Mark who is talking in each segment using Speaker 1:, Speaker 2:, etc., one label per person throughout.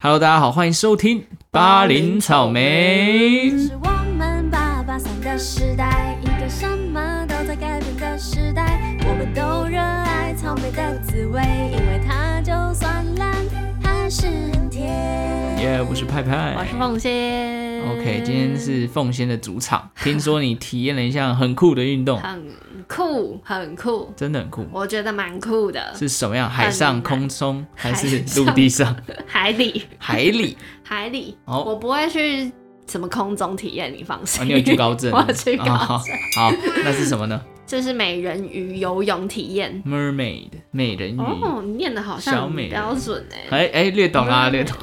Speaker 1: Hello，大家好，欢迎收听巴林草莓。
Speaker 2: 是我们八八三的时代，一个什么都在改变的时代。我们都热爱草莓的滋味，因为它就算烂，还是很甜。
Speaker 1: 耶、我是派派，
Speaker 3: 我是凤仙。
Speaker 1: OK，今天是凤仙的主 场。听说你体验了一项很酷的运动，
Speaker 3: 很酷，很酷，
Speaker 1: 真的很酷，
Speaker 3: 我觉得蛮酷的。
Speaker 1: 是什么样？海上、
Speaker 3: 很
Speaker 1: 空中还是
Speaker 3: 海上
Speaker 1: 陆地上？
Speaker 3: 海里，
Speaker 1: 海里？
Speaker 3: 海里，
Speaker 1: 哦
Speaker 3: 我不会去什么空中体验，你放心。
Speaker 1: 哦，你有惧高症？
Speaker 3: 我有惧高
Speaker 1: 哦
Speaker 3: 症，
Speaker 1: 好好，那是什么呢
Speaker 3: 这是美人鱼游泳体验。
Speaker 1: ？Mermaid 美人鱼。
Speaker 3: 哦，你念的好
Speaker 1: 嗯小
Speaker 3: 像
Speaker 1: 美人
Speaker 3: 很标准哎。
Speaker 1: 哎哎，略懂啦，略懂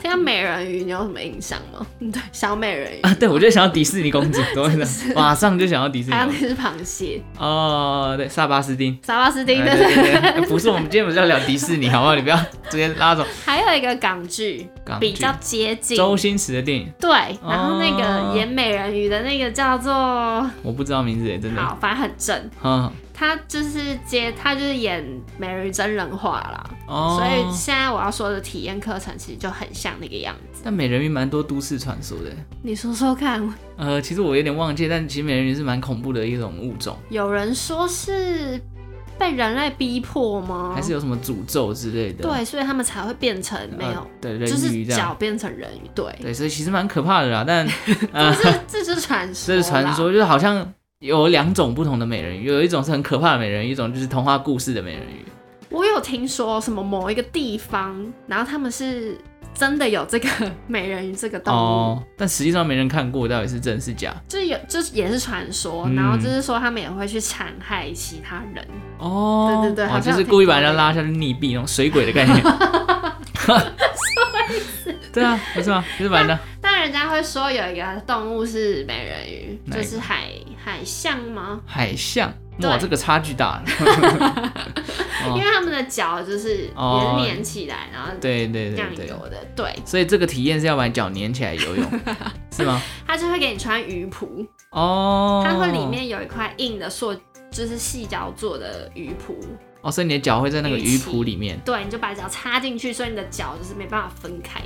Speaker 3: 听到美人鱼，你有什么印象吗？ 嗯，对，小美人鱼，
Speaker 1: 啊！对，我就想要迪士尼公主，懂我意思吗？马上就想要迪士尼
Speaker 3: 还有
Speaker 1: 公
Speaker 3: 那
Speaker 1: 主。
Speaker 3: 只螃蟹，
Speaker 1: 哦，对，萨巴斯丁。
Speaker 3: 萨巴斯 汀
Speaker 1: 哎对
Speaker 3: 的。
Speaker 1: 对对对，不是，我们今天不是要聊迪士尼，好不好？你不要直接拉走。
Speaker 3: 还有一个港剧
Speaker 1: 港剧
Speaker 3: 比较接近，
Speaker 1: 周星驰的电影，
Speaker 3: 对，然后那
Speaker 1: 哦
Speaker 3: 个演美人鱼的那个叫做，
Speaker 1: 我不知道名字耶，真的。
Speaker 3: 好，反正很正。
Speaker 1: 嗯，
Speaker 3: 他就是接，他就是演美人鱼真人化啦，
Speaker 1: 哦，
Speaker 3: 所以现在我要说的体验课程其实就很像那个样子。
Speaker 1: 但美人鱼蛮多都市传说的。
Speaker 3: 你说说看，
Speaker 1: 呃，其实我有点忘记，但其实美人鱼是蛮恐怖的一种物种，
Speaker 3: 有人说是被人类逼迫吗？
Speaker 1: 还是有什么诅咒之类的？
Speaker 3: 哦对，所以他们才会变成
Speaker 1: 呃，
Speaker 3: 没有，
Speaker 1: 对
Speaker 3: 就
Speaker 1: 人
Speaker 3: 是
Speaker 1: 鱼这
Speaker 3: 脚
Speaker 1: 样。
Speaker 3: 变成人鱼。对，
Speaker 1: 对，所以其实蛮可怕的啦。 但
Speaker 3: 这 是这是传说，
Speaker 1: 这是传。说，就是好像有两种不同的美人鱼，有一种是很可怕的美人鱼，一种就是童话故事的美人鱼。
Speaker 3: 我有听说什么某一个地方，然后他们是真的有这个美人鱼这个动物。
Speaker 1: 哦，但实际上没人看过，到底是真是假？
Speaker 3: 就有，就是也是传说，
Speaker 1: 嗯
Speaker 3: 然后就是说他们也会去残害其他人，
Speaker 1: 哦，
Speaker 3: 对对对
Speaker 1: 哦，
Speaker 3: 好
Speaker 1: 就
Speaker 3: 像
Speaker 1: 是
Speaker 3: 有
Speaker 1: 故意把
Speaker 3: 听过
Speaker 1: 人家拉下去溺毙那种水鬼的概 念。对啊，不是吗？就是把人家
Speaker 3: 但人家会说有一个动物是美人鱼，
Speaker 1: 哪一
Speaker 3: 就
Speaker 1: 个
Speaker 3: 是海海象吗？
Speaker 1: 海象，
Speaker 3: 对
Speaker 1: 哇，这个差距大了。哦
Speaker 3: 因为他们的脚就是也
Speaker 1: 哦
Speaker 3: 是粘起来，然后
Speaker 1: 对对
Speaker 3: 这
Speaker 1: 对
Speaker 3: 样
Speaker 1: 对，
Speaker 3: 游的。对，
Speaker 1: 所以这个体验是要把你脚粘起来 游泳，是吗？
Speaker 3: 他就会给你穿鱼蹼，
Speaker 1: 哦，
Speaker 3: 它会里面有一块硬的塑，就是细胶做的鱼蹼，
Speaker 1: 哦，所以你的脚会在那个
Speaker 3: 鱼
Speaker 1: 鱼
Speaker 3: 鳍
Speaker 1: 蹼里面
Speaker 3: 对，你就把脚插进去，所以你的脚就是没办法分开。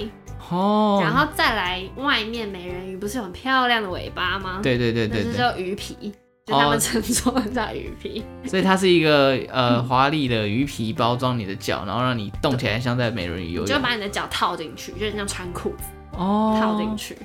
Speaker 1: 哦。
Speaker 3: 然后再来外面美人鱼不是有很漂亮的尾巴吗？
Speaker 1: 对对对对
Speaker 3: 那就
Speaker 1: 对，
Speaker 3: 叫鱼皮，就他
Speaker 1: 哦
Speaker 3: 们称作的叫鱼皮。
Speaker 1: 所以它是一个
Speaker 3: 嗯
Speaker 1: 呃华丽的鱼皮包装你的脚，然后让你动起来像在美人鱼游
Speaker 3: 你就
Speaker 1: 泳
Speaker 3: 把你的脚套进去，就是像穿裤子
Speaker 1: 哦，
Speaker 3: 套进去。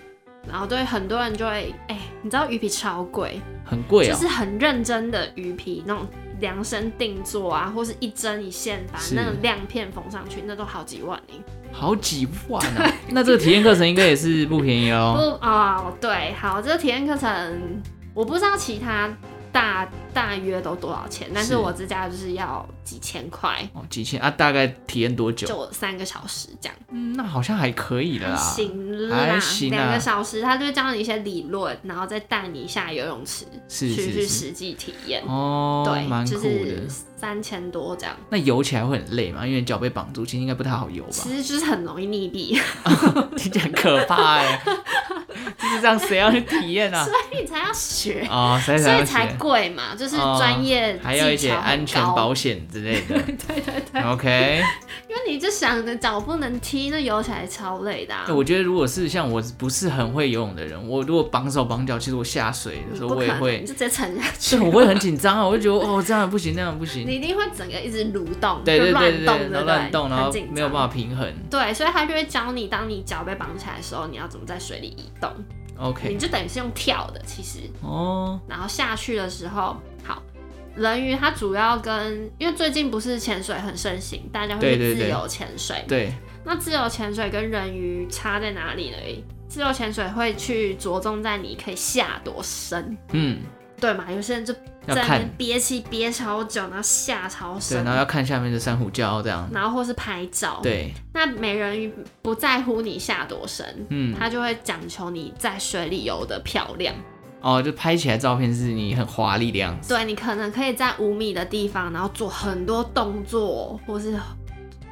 Speaker 3: 然后对很多人就会，哎、你知道鱼皮超贵，
Speaker 1: 很贵
Speaker 3: 就
Speaker 1: 哦
Speaker 3: 是，很认真的鱼皮那种量身定做啊，或是一针一线把
Speaker 1: 是
Speaker 3: 那个亮片缝上去，那都好几万呢。
Speaker 1: 好几万 啊！那这个体验课程应该也是不便宜
Speaker 3: 不
Speaker 1: 哦。
Speaker 3: 哦，对，好，这个体验课程我不知道其他大大约都多少钱，但
Speaker 1: 是
Speaker 3: 是我这家就是要几千块，
Speaker 1: 哦，几千啊？大概体验多久？
Speaker 3: 就三个小时这样。
Speaker 1: 嗯，那好像还可以的啦。
Speaker 3: 行
Speaker 1: 啊还
Speaker 3: 啦
Speaker 1: 行，
Speaker 3: 两、
Speaker 1: 啊
Speaker 3: 个小时，他就会教你一些理论，然后再带你下游泳池
Speaker 1: 是
Speaker 3: 去
Speaker 1: 是
Speaker 3: 去
Speaker 1: 是。
Speaker 3: 实际体验。
Speaker 1: 哦，蛮
Speaker 3: 对，
Speaker 1: 酷
Speaker 3: 就
Speaker 1: 的。
Speaker 3: 是三千多这样，
Speaker 1: 那游起来会很累吗？因为脚被绑住，其实应该不太好游吧
Speaker 3: 其？实就是很容易溺毙，
Speaker 1: 啊听起来很可怕哎、就是这样，谁要去体验啊？
Speaker 3: 所以才要学，
Speaker 1: 哦， 所以
Speaker 3: 所
Speaker 1: 才
Speaker 3: 以
Speaker 1: 要
Speaker 3: 才
Speaker 1: 学
Speaker 3: 贵嘛，就是
Speaker 1: 哦
Speaker 3: 专业技巧
Speaker 1: 还要一些安全
Speaker 3: 很高
Speaker 1: 保险之类的。 对对对。OK，
Speaker 3: 因为你就想着脚不能踢，那游起来超累的、啊
Speaker 1: 欸。我觉得如果是像我不是很会游泳的人，我如果绑手绑脚，其实我下水的
Speaker 3: 你
Speaker 1: 时候
Speaker 3: 不
Speaker 1: 我
Speaker 3: 可
Speaker 1: 也
Speaker 3: 能，
Speaker 1: 会
Speaker 3: 你就直接沉下 去
Speaker 1: 对，，我会很紧张啊，我就觉得哦，这样不行，那样不行
Speaker 3: 你，一定会整个一直蠕动，
Speaker 1: 对对
Speaker 3: 就
Speaker 1: 对对，
Speaker 3: 乱
Speaker 1: 然
Speaker 3: 动，对不
Speaker 1: 后
Speaker 3: 对？
Speaker 1: 乱动，然后
Speaker 3: 很紧张
Speaker 1: 没有办法平衡。
Speaker 3: 对，所以他就会教你，当你脚被绑起来的时候，你要怎么在水里移动。
Speaker 1: OK，
Speaker 3: 你就等于是用跳的，其实，
Speaker 1: 哦，
Speaker 3: 然后下去的时候，好，人鱼它主要跟，因为最近不是潜水很盛行，大家会
Speaker 1: 对对
Speaker 3: 去
Speaker 1: 对
Speaker 3: 自由潜水。
Speaker 1: 对，
Speaker 3: 那自由潜水跟人鱼差在哪里呢？自由潜水会去着重在你可以下多深，
Speaker 1: 嗯，
Speaker 3: 对嘛？有些人就
Speaker 1: 要
Speaker 3: 在那
Speaker 1: 看
Speaker 3: 边，憋气憋超久，然后下超
Speaker 1: 对，
Speaker 3: 深
Speaker 1: 然，后要看下面的珊瑚礁这样，
Speaker 3: 然后或是拍照。，
Speaker 1: 对，
Speaker 3: 那美人鱼不在乎你下多深，
Speaker 1: 嗯，
Speaker 3: 它就会讲求你在水里游的漂亮。
Speaker 1: 哦，就拍起来照片是你很华丽的样子，
Speaker 3: 对你可能可以在五米的地方，然后做很多动作，或是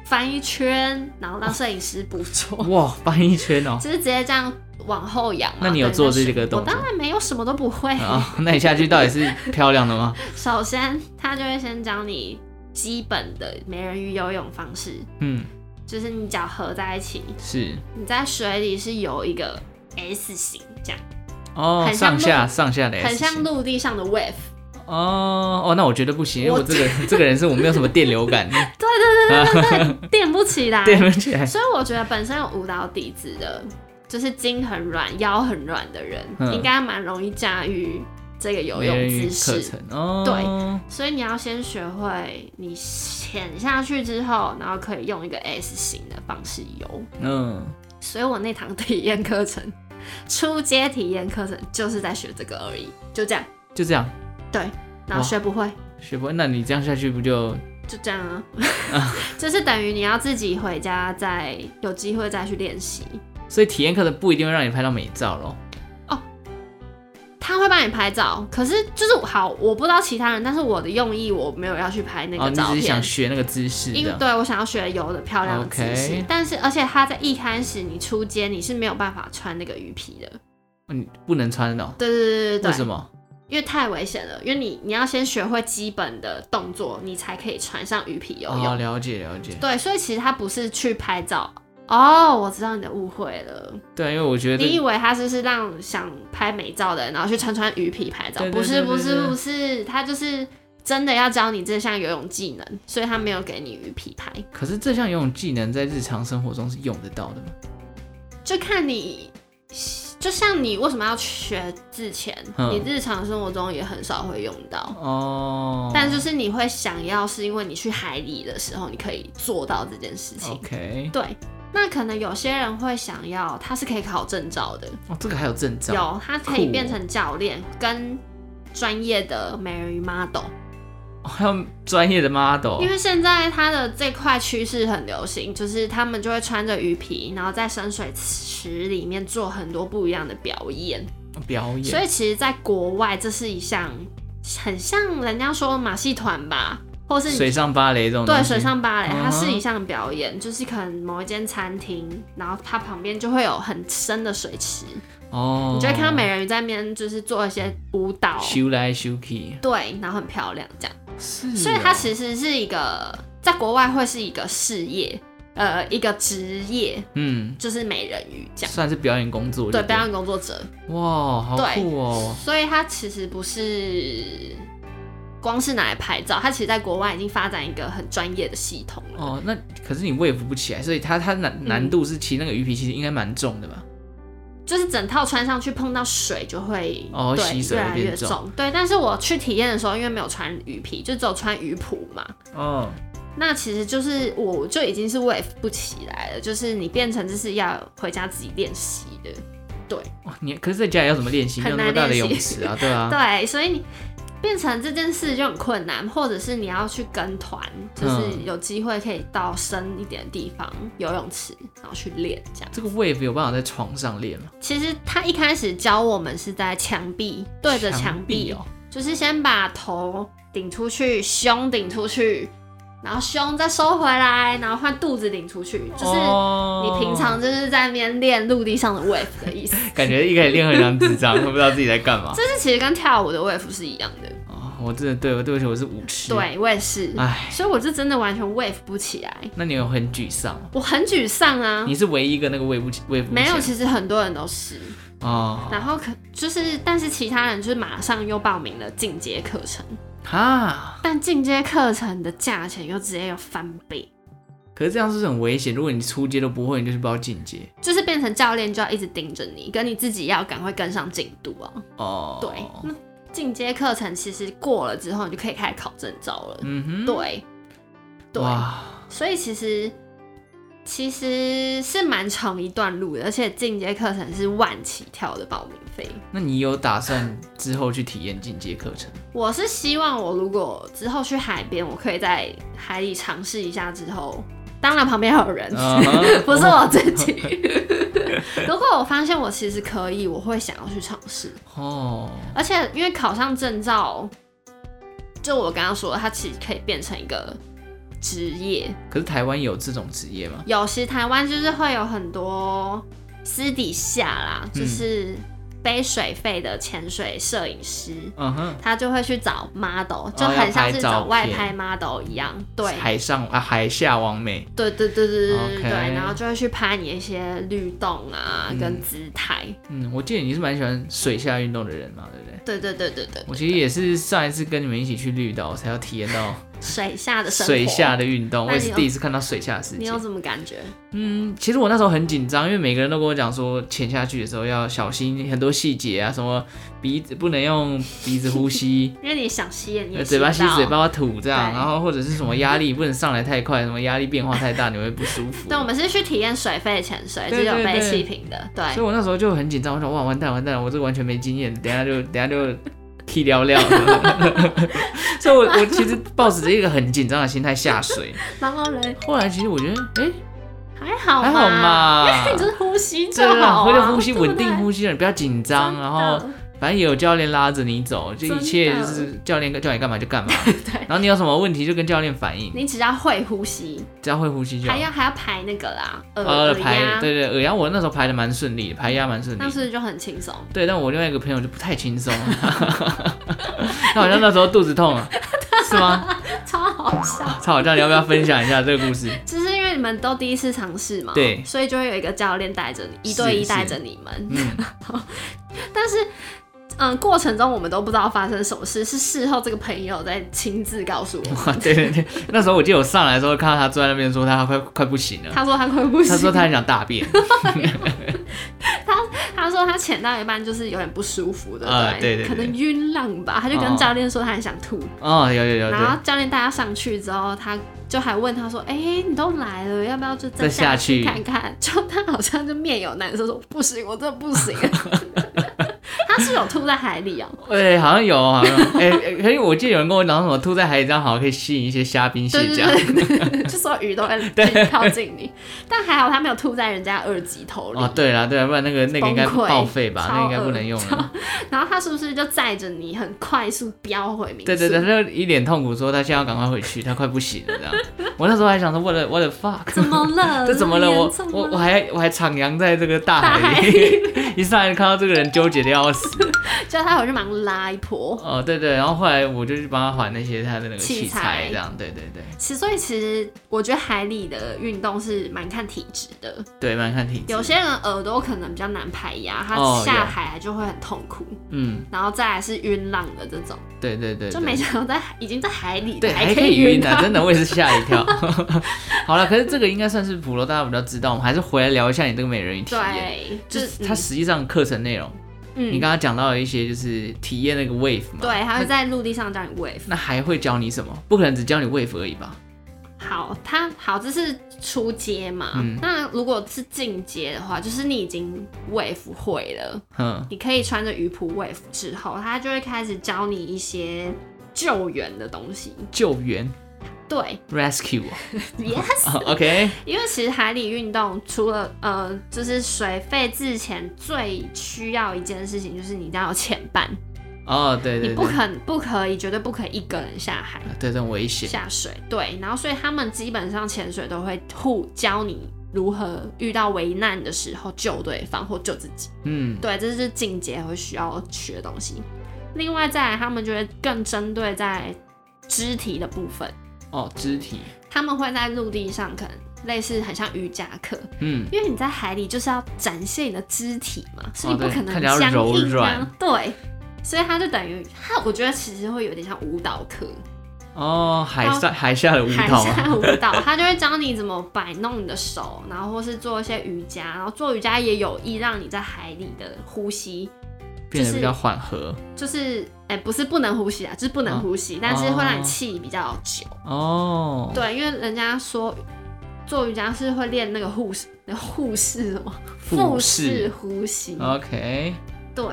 Speaker 3: 翻一圈，然后让摄影师捕捉，
Speaker 1: 哇，翻一圈哦，
Speaker 3: 就是直接这样往后仰嘛。
Speaker 1: 那你有
Speaker 3: 对
Speaker 1: 做
Speaker 3: 是
Speaker 1: 这个动
Speaker 3: 我
Speaker 1: 作
Speaker 3: 当然没有，什么都不会。
Speaker 1: 啊，那你下去到底是漂亮的吗？
Speaker 3: 首先，他就会先教你基本的美人鱼游泳方式，
Speaker 1: 嗯，
Speaker 3: 就是你脚合在一起，
Speaker 1: 是
Speaker 3: 你在水里是有一个 S 型，这样
Speaker 1: 哦，
Speaker 3: 很像
Speaker 1: 上
Speaker 3: 路
Speaker 1: 下上下的 S
Speaker 3: 很像
Speaker 1: 型
Speaker 3: 陆地上的 wave。
Speaker 1: 哦哦，那我觉得不行，因为
Speaker 3: 我
Speaker 1: 我这个这个人是我没有什么电流感，啊
Speaker 3: 对对对对对对，垫不 起来。
Speaker 1: 电不起来。
Speaker 3: 所以我觉得本身有舞蹈底子的，就是筋很软、腰很软的人，
Speaker 1: 嗯
Speaker 3: 应该蛮容易驾驭这个游
Speaker 1: 美人
Speaker 3: 泳
Speaker 1: 鱼
Speaker 3: 姿
Speaker 1: 课
Speaker 3: 势
Speaker 1: 程。哦，
Speaker 3: 所以你要先学会，你潜下去之后，然后可以用一个 S 型的方式游。
Speaker 1: 对，嗯，
Speaker 3: 所以我那堂 体验课程，初阶体验课程就是在学这个而已，就这样。
Speaker 1: 就这样。
Speaker 3: 对，然
Speaker 1: 哦
Speaker 3: 后学不会，
Speaker 1: 学不会，那你这样下去不就
Speaker 3: 就这样啊， 就是等于你要自己回家再有机会再去练习。
Speaker 1: 所以体验课程不一定会让你拍到美照咯。
Speaker 3: 他会帮你拍照，可是就是好，我不知道其他人，但是我的用意我没有要去拍那
Speaker 1: 哦，
Speaker 3: 个
Speaker 1: 你
Speaker 3: 照
Speaker 1: 只是
Speaker 3: 片，
Speaker 1: 想学那个姿势这
Speaker 3: 因为
Speaker 1: 样。
Speaker 3: 对我想要学游的漂亮的姿势
Speaker 1: OK
Speaker 3: 但是而且他在一开始你出街你是没有办法穿那个鱼皮的，
Speaker 1: 嗯，不能穿的哦。
Speaker 3: 对对对
Speaker 1: 为
Speaker 3: 对
Speaker 1: 什
Speaker 3: 对，
Speaker 1: 么？
Speaker 3: 因为太危险了，因为你你要先学会基本的动作，你才可以穿上鱼皮游泳。
Speaker 1: 哦，了解了解。
Speaker 3: 对，所以其实他不是去拍照。哦、我知道你的误会了。
Speaker 1: 对，因为我觉得
Speaker 3: 你以为他是是让想拍美照的人，然后去穿穿鱼皮拍照？
Speaker 1: 对对
Speaker 3: 不是
Speaker 1: 对对
Speaker 3: 不是
Speaker 1: 对
Speaker 3: 不是，他就是真的要教你这项游泳技能，所以他没有给你鱼皮拍，
Speaker 1: 可是这项游泳技能在日常生活中是用得到的吗？
Speaker 3: 就看你。就像你为什么要学之前，
Speaker 1: 嗯
Speaker 3: 你日常生活中也很少会用到，
Speaker 1: 哦，
Speaker 3: 但就是你会想要，是因为你去海里的时候，你可以做到这件事情。
Speaker 1: OK，
Speaker 3: 对，那可能有些人会想要，他是可以考证照的，
Speaker 1: 哦，这个还有证照，
Speaker 3: 有，他可以
Speaker 1: 酷哦
Speaker 3: 变成教练跟专业的美人鱼 model，、
Speaker 1: 哦还有专业的 model，
Speaker 3: 因为现在他的这块趋势很流行，就是他们就会穿着鱼皮，然后在深水池里面做很多不一样的表演。
Speaker 1: 表演，
Speaker 3: 所以其实，在国外这是一项很像人家说马戏团吧，或是你
Speaker 1: 水上芭蕾这种
Speaker 3: 对
Speaker 1: 东西
Speaker 3: 水上芭蕾，它是
Speaker 1: 嗯哼
Speaker 3: 一项表演，就是可能某一间餐厅，然后它旁边就会有很深的水池，
Speaker 1: 哦，
Speaker 3: 你就会看到美人鱼在那边就是做一些舞蹈，
Speaker 1: 修来修去，
Speaker 3: 对，然后很漂亮这样，
Speaker 1: 是哦、
Speaker 3: 所以它其实是一个在国外会是一个事业，呃，一个职业，
Speaker 1: 嗯，
Speaker 3: 就是美人鱼这样，
Speaker 1: 算是表演工作就
Speaker 3: 对，
Speaker 1: 了
Speaker 3: 表演工作者，
Speaker 1: 哇，好
Speaker 3: 对
Speaker 1: 酷哦，
Speaker 3: 所以它其实不是光是拿来拍照，它其实在国外已经发展一个很专业的系统了。
Speaker 1: 哦，那可是你 wave 不起来，所以它它难难度是其实那个鱼皮其实应该蛮重的吧？
Speaker 3: 就是整套穿上去碰到水就会
Speaker 1: 哦
Speaker 3: 对
Speaker 1: 吸水
Speaker 3: 越
Speaker 1: 会
Speaker 3: 来
Speaker 1: 变
Speaker 3: 越
Speaker 1: 重
Speaker 3: 重。对，但是我去体验的时候，因为没有穿鱼皮，就只有穿鱼蹼嘛，
Speaker 1: 哦，
Speaker 3: 那其实就是我就已经是 wave 不起来了，就是你变成就是要回家自己练习的。
Speaker 1: 哇，你可是在家里要怎么练习？没有
Speaker 3: 很难
Speaker 1: 那么大的
Speaker 3: 练习
Speaker 1: 泳池 啊，对啊，
Speaker 3: 对，所以你变成这件事就很困难，或者是你要去跟团，就是
Speaker 1: 嗯
Speaker 3: 有机会可以到深一点的地方游泳池，然后去练这样。
Speaker 1: 这个 wave 有办法在床上练吗？
Speaker 3: 其实他一开始教我们是在墙壁对着墙壁
Speaker 1: 哦，
Speaker 3: 就是先把头顶出去，胸顶出去，然后胸再收回来，然后换肚子顶出去，就是
Speaker 1: 哦
Speaker 3: 你平常就是在那边练陆地上的 wave 的 意思。
Speaker 1: 感觉一开始练很像智障，都不知道自己在 干嘛。
Speaker 3: 这是其实跟跳舞的 wave 是一样的。
Speaker 1: 哦，我真的对我对不起，我是舞痴。，
Speaker 3: 对我也是，
Speaker 1: 哎，
Speaker 3: 所以我就真的完全 wave 不起来，
Speaker 1: 那你有很沮丧吗？
Speaker 3: 我很沮丧啊。
Speaker 1: 你是唯一一个那个喂不起喂不起来
Speaker 3: 没有，其实很多人都是，
Speaker 1: 哦，
Speaker 3: 然后可就是，但是其他人就是马上又报名了进阶课程，
Speaker 1: 哈，
Speaker 3: 但进阶课程的价钱又直接又翻倍，
Speaker 1: 可是这样是不是很危险？如果你初阶都不会，你就是报进阶
Speaker 3: 就是变成教练就要一直盯着你，跟你自己要赶快跟上进度啊。
Speaker 1: 哦。
Speaker 3: 对，那进阶课程其实过了之后，你就可以开始考证照了。
Speaker 1: 嗯哼，
Speaker 3: 对，对，
Speaker 1: 哇，
Speaker 3: 所以其实其实是蛮长一段路的，而且进阶课程是万起跳的报名费。
Speaker 1: 那你有打算之后去体验进阶课 程？
Speaker 3: 我是希望我如果之后去海边，我可以在海里尝试一下之后，当然旁边还有人
Speaker 1: 嗯哼
Speaker 3: 不是我自己。 如果我发现我其实可以，我会想要去尝试。
Speaker 1: 哦，
Speaker 3: 而且因为考上证照，就我刚刚说的，它其实可以变成一个职业。
Speaker 1: 可是台湾有这种职业吗？
Speaker 3: 有时台湾就是会有很多私底下啦，
Speaker 1: 嗯
Speaker 3: 就是背水费的潜水摄影师，
Speaker 1: 嗯哼，
Speaker 3: 他就会去找 model，就
Speaker 1: 哦要
Speaker 3: 很像
Speaker 1: 拍
Speaker 3: 是
Speaker 1: 照
Speaker 3: 找外
Speaker 1: 片
Speaker 3: 拍 model 一样。对，
Speaker 1: 海上啊海下完美，
Speaker 3: 对对对对对对
Speaker 1: OK
Speaker 3: 对，然后就会去拍你一些律动啊
Speaker 1: 嗯
Speaker 3: 跟姿态。
Speaker 1: 嗯，我记得你是蛮喜欢水下运动的人嘛，对不对？
Speaker 3: 对对对对对，
Speaker 1: 我其实也是上一次跟你们一起去绿岛，我才要体验到
Speaker 3: 水下的生活，
Speaker 1: 水下的运动，我
Speaker 3: 那
Speaker 1: 也
Speaker 3: 你
Speaker 1: 是
Speaker 3: 有
Speaker 1: 第一次看到水下的世
Speaker 3: 你
Speaker 1: 界
Speaker 3: 有。什么感觉？
Speaker 1: 嗯，其实我那时候很紧张，因为每个人都跟我讲说，潜下去的时候要小心很多细节啊，什么鼻子不能用鼻子呼吸，
Speaker 3: 因为你想吸眼，你也
Speaker 1: 呃嘴巴
Speaker 3: 吸
Speaker 1: 吸
Speaker 3: 不
Speaker 1: 嘴。巴
Speaker 3: 到
Speaker 1: 吐这样，
Speaker 3: 对
Speaker 1: 然后或者是什么压力不能上来太快，什么压力变化太大你会不舒 服。
Speaker 3: 对，我们是去体验水肺潜水，
Speaker 1: 对
Speaker 3: 只有
Speaker 1: 对
Speaker 3: 被
Speaker 1: 对
Speaker 3: 气瓶的。
Speaker 1: 所
Speaker 3: 对，
Speaker 1: 以我那时候就很紧张，我想哇完蛋完蛋，我这个完全没经验，等一下就等一下就踢聊聊。 所以我我其实抱持着一个很紧张的心态下 水，
Speaker 3: 然后嘞，
Speaker 1: 后来其实我觉得哎、诶
Speaker 3: 还好
Speaker 1: 还好
Speaker 3: 嘛，
Speaker 1: 嘛，
Speaker 3: 你就是呼吸就
Speaker 1: 对
Speaker 3: 好、啊，
Speaker 1: 或者呼吸稳定
Speaker 3: 吸。
Speaker 1: 呼吸了，你不要紧
Speaker 3: 真
Speaker 1: 张，
Speaker 3: 的
Speaker 1: 然后反正也有教练拉着你走，这
Speaker 3: 真
Speaker 1: 一
Speaker 3: 的
Speaker 1: 切就是教练叫你干嘛就干嘛，
Speaker 3: 对，
Speaker 1: 然后你有什么问题就跟教练反映，
Speaker 3: 你只要会呼吸，
Speaker 1: 只要会呼吸就
Speaker 3: 还
Speaker 1: 好。
Speaker 3: 要还要排那个啦，耳
Speaker 1: 呃，
Speaker 3: 耳
Speaker 1: 排
Speaker 3: 压，
Speaker 1: 对对，耳压我那时候排的蛮顺利的，排压蛮顺利
Speaker 3: 那
Speaker 1: 的。
Speaker 3: 是不是就很轻松？
Speaker 1: 对，但我另外一个朋友就不太轻松， 他好像那时候肚子痛 啊，是吗？
Speaker 3: 超好笑。
Speaker 1: 超好笑，你要不要分享一下这个故事？
Speaker 3: 就是因为你们都第一次尝试嘛，
Speaker 1: 对
Speaker 3: 所以就会有一个教练带着你，一对一带着你们。
Speaker 1: 嗯，
Speaker 3: 但是，嗯，过程中我们都不知道发生什么事，是事后这个朋友在亲自告诉 我，
Speaker 1: 哇对对对，那时候我记得我上来的时候看到他坐在那边说他快快不行了，
Speaker 3: 他说他快不行，
Speaker 1: 他说他很想大便，
Speaker 3: 他说他潜到一半就是有点不舒服的，
Speaker 1: 啊
Speaker 3: 不
Speaker 1: 对对对
Speaker 3: 可能晕浪吧，他就跟
Speaker 1: 哦
Speaker 3: 教练说他很想吐，
Speaker 1: 哦，有有有，对
Speaker 3: 然，后教练带他上去之后，他就还问他说：“哎、你都来了，要不要就
Speaker 1: 再
Speaker 3: 再
Speaker 1: 下去
Speaker 3: 去看看？”就他好像就面有难色说：“不行，我真的不行。” 他是有吐在海 里哦、
Speaker 1: 哎、好像有，好像有，哎、 欸，可以，我记得有人跟我讲什么吐在海里这样好像可以吸引一些虾兵蟹
Speaker 3: 对
Speaker 1: 将，
Speaker 3: 对对 对，就所有鱼都会靠近你，但还好他没有吐在人家二级头里。
Speaker 1: 哦，对啦对啦，不然那个那个应该
Speaker 3: 崩溃
Speaker 1: 报废吧，那个应该
Speaker 3: 超恶
Speaker 1: 不能用了，
Speaker 3: 然后他是不是就载着你很快速飙回民宿？
Speaker 1: 对对对，他就一脸痛苦说他现在要赶快回去，他快不行了这样， 我那时候还想说我的我的 fuck，
Speaker 3: 怎么了？
Speaker 1: 这怎么了？我
Speaker 3: 这么严重
Speaker 1: 我
Speaker 3: 吗
Speaker 1: 我还我还徜徉在这个大
Speaker 3: 大
Speaker 1: 海
Speaker 3: 海
Speaker 1: 里， 一上来就看到这个人纠结的要死。
Speaker 3: 叫他回去忙拉一波。
Speaker 1: 哦，对对，然后后来我就去帮他还那些他的那个
Speaker 3: 器
Speaker 1: 器材
Speaker 3: 材，
Speaker 1: 这样，对对对，
Speaker 3: 其实，所以其实我觉得海里的运动是蛮看体质的。
Speaker 1: 对，蛮看体质。
Speaker 3: 有些人耳朵可能比较难排压，他
Speaker 1: 哦有
Speaker 3: 下海就会很痛苦，
Speaker 1: 嗯，
Speaker 3: 然后再来是晕浪的这种，
Speaker 1: 对对对，
Speaker 3: 就
Speaker 1: 对
Speaker 3: 没想到在已经在海里
Speaker 1: 对，
Speaker 3: 了
Speaker 1: 还
Speaker 3: 可
Speaker 1: 可以
Speaker 3: 晕
Speaker 1: 晕啊！真的，我也是吓一跳。 好了，可是这个应该算是普罗大家比较知道，我们还是回来聊一下你这个美人鱼体验。
Speaker 3: 对，嗯
Speaker 1: 就
Speaker 3: 就是是
Speaker 1: 它实际上课程内容，
Speaker 3: 嗯
Speaker 1: 你刚刚讲到了一些就是体验那个 wave 嘛，
Speaker 3: 对，他会在陆地上叫你 wave。
Speaker 1: 那还会教你什么？不可能只教你 wave 而已吧？
Speaker 3: 好，他好，这是初阶嘛。
Speaker 1: 嗯
Speaker 3: 那如果是进阶的话，就是你已经 wave 会了，
Speaker 1: 嗯，
Speaker 3: 你可以穿着鱼蹼 wave 之后，他就会开始教你一些救援的东西。
Speaker 1: 救援
Speaker 3: 对
Speaker 1: rescue 哦、
Speaker 3: ，yes。
Speaker 1: 啊 OK，
Speaker 3: 因为其实海里运动除了呃，就是水肺之前最需要一件事情，就是你一定要有潜伴，
Speaker 1: 哦，对对对，
Speaker 3: 你不肯不可以，绝对不可以一个人下海
Speaker 1: 啊对，这种危险。
Speaker 3: 下水。对，然后所以他们基本上潜水都会互教你如何遇到危难的时候救对方或救自己。
Speaker 1: 嗯，
Speaker 3: 对，这是进阶会需要学的东西。另外再来，他们就会更针对在肢体的部分，
Speaker 1: 哦，肢体，
Speaker 3: 他们会在陆地上可能类似很像瑜伽课，
Speaker 1: 嗯，
Speaker 3: 因为你在海里就是要展现你的肢体嘛，所以
Speaker 1: 哦
Speaker 3: 你不
Speaker 1: 对
Speaker 3: 可能
Speaker 1: 看起来要
Speaker 3: 僵
Speaker 1: 柔
Speaker 3: 硬
Speaker 1: 软
Speaker 3: 啊，对，所以它就等于它，我觉得其实会有点像舞蹈课，
Speaker 1: 哦，海上海下的舞
Speaker 3: 海
Speaker 1: 蹈啊，
Speaker 3: 下舞蹈， 它就会教你怎么摆弄你的手，然后或是做一些瑜伽，然后做瑜伽也有意让你在海里的呼吸，
Speaker 1: 变得
Speaker 3: 就是
Speaker 1: 比较缓和。
Speaker 3: 就是哎、不是不能呼吸啊，就是不能呼吸，但是会让
Speaker 1: 哦
Speaker 3: 你气比较久，
Speaker 1: 哦，
Speaker 3: 对，因为人家说做瑜伽是会练那个护士，护士 什么
Speaker 1: 腹
Speaker 3: 腹
Speaker 1: 式
Speaker 3: 式呼吸。
Speaker 1: ，OK，
Speaker 3: 对，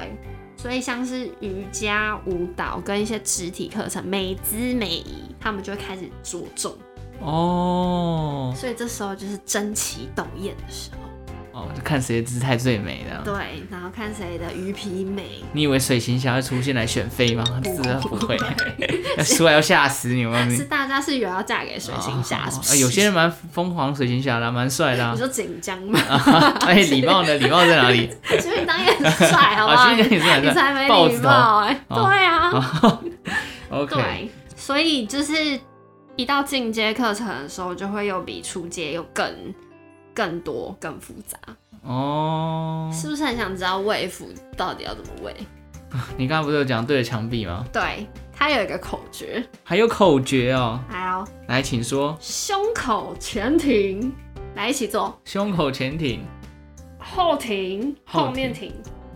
Speaker 3: 所以像是瑜伽、舞蹈跟一些肢体课程，美姿美仪，他们就会开始着重。
Speaker 1: 哦，
Speaker 3: 所以这时候就是争奇斗艳的时候。
Speaker 1: 哦，就看谁的姿态最美的。
Speaker 3: 对，然后看谁的鱼皮美。
Speaker 1: 你以为水行侠会出现来选妃吗？这不 会，出来要吓死你！我告诉你
Speaker 3: 是，大家是有要嫁给水行侠，是不
Speaker 1: 啊
Speaker 3: 是
Speaker 1: 嗯有些 人蛮疯狂水行侠的啊，蛮帅的啊
Speaker 3: 你。说紧张吗？
Speaker 1: 哎，礼貌呢？礼貌在哪里？
Speaker 3: 所以当然很帅，好不好？
Speaker 1: 啊，徐锦也是很
Speaker 3: 你才
Speaker 1: 帅，
Speaker 3: 没
Speaker 1: 豹
Speaker 3: 礼
Speaker 1: 子头。
Speaker 3: 貌哎、
Speaker 1: 哦
Speaker 3: 对啊，
Speaker 1: OK，
Speaker 3: 对，所以就是一到进阶课程的时候，就会又比初阶又更更多、更复杂。
Speaker 1: 哦，
Speaker 3: 是不是很想知道喂服到底要怎么喂？
Speaker 1: 你刚刚不是有讲对着墙壁吗？
Speaker 3: 对，它有一个口诀，
Speaker 1: 还有口诀哦，
Speaker 3: 还有
Speaker 1: 来，请说，
Speaker 3: 胸口前挺，来一起做
Speaker 1: 胸口前挺，
Speaker 3: 后挺，
Speaker 1: 后
Speaker 3: 后面挺，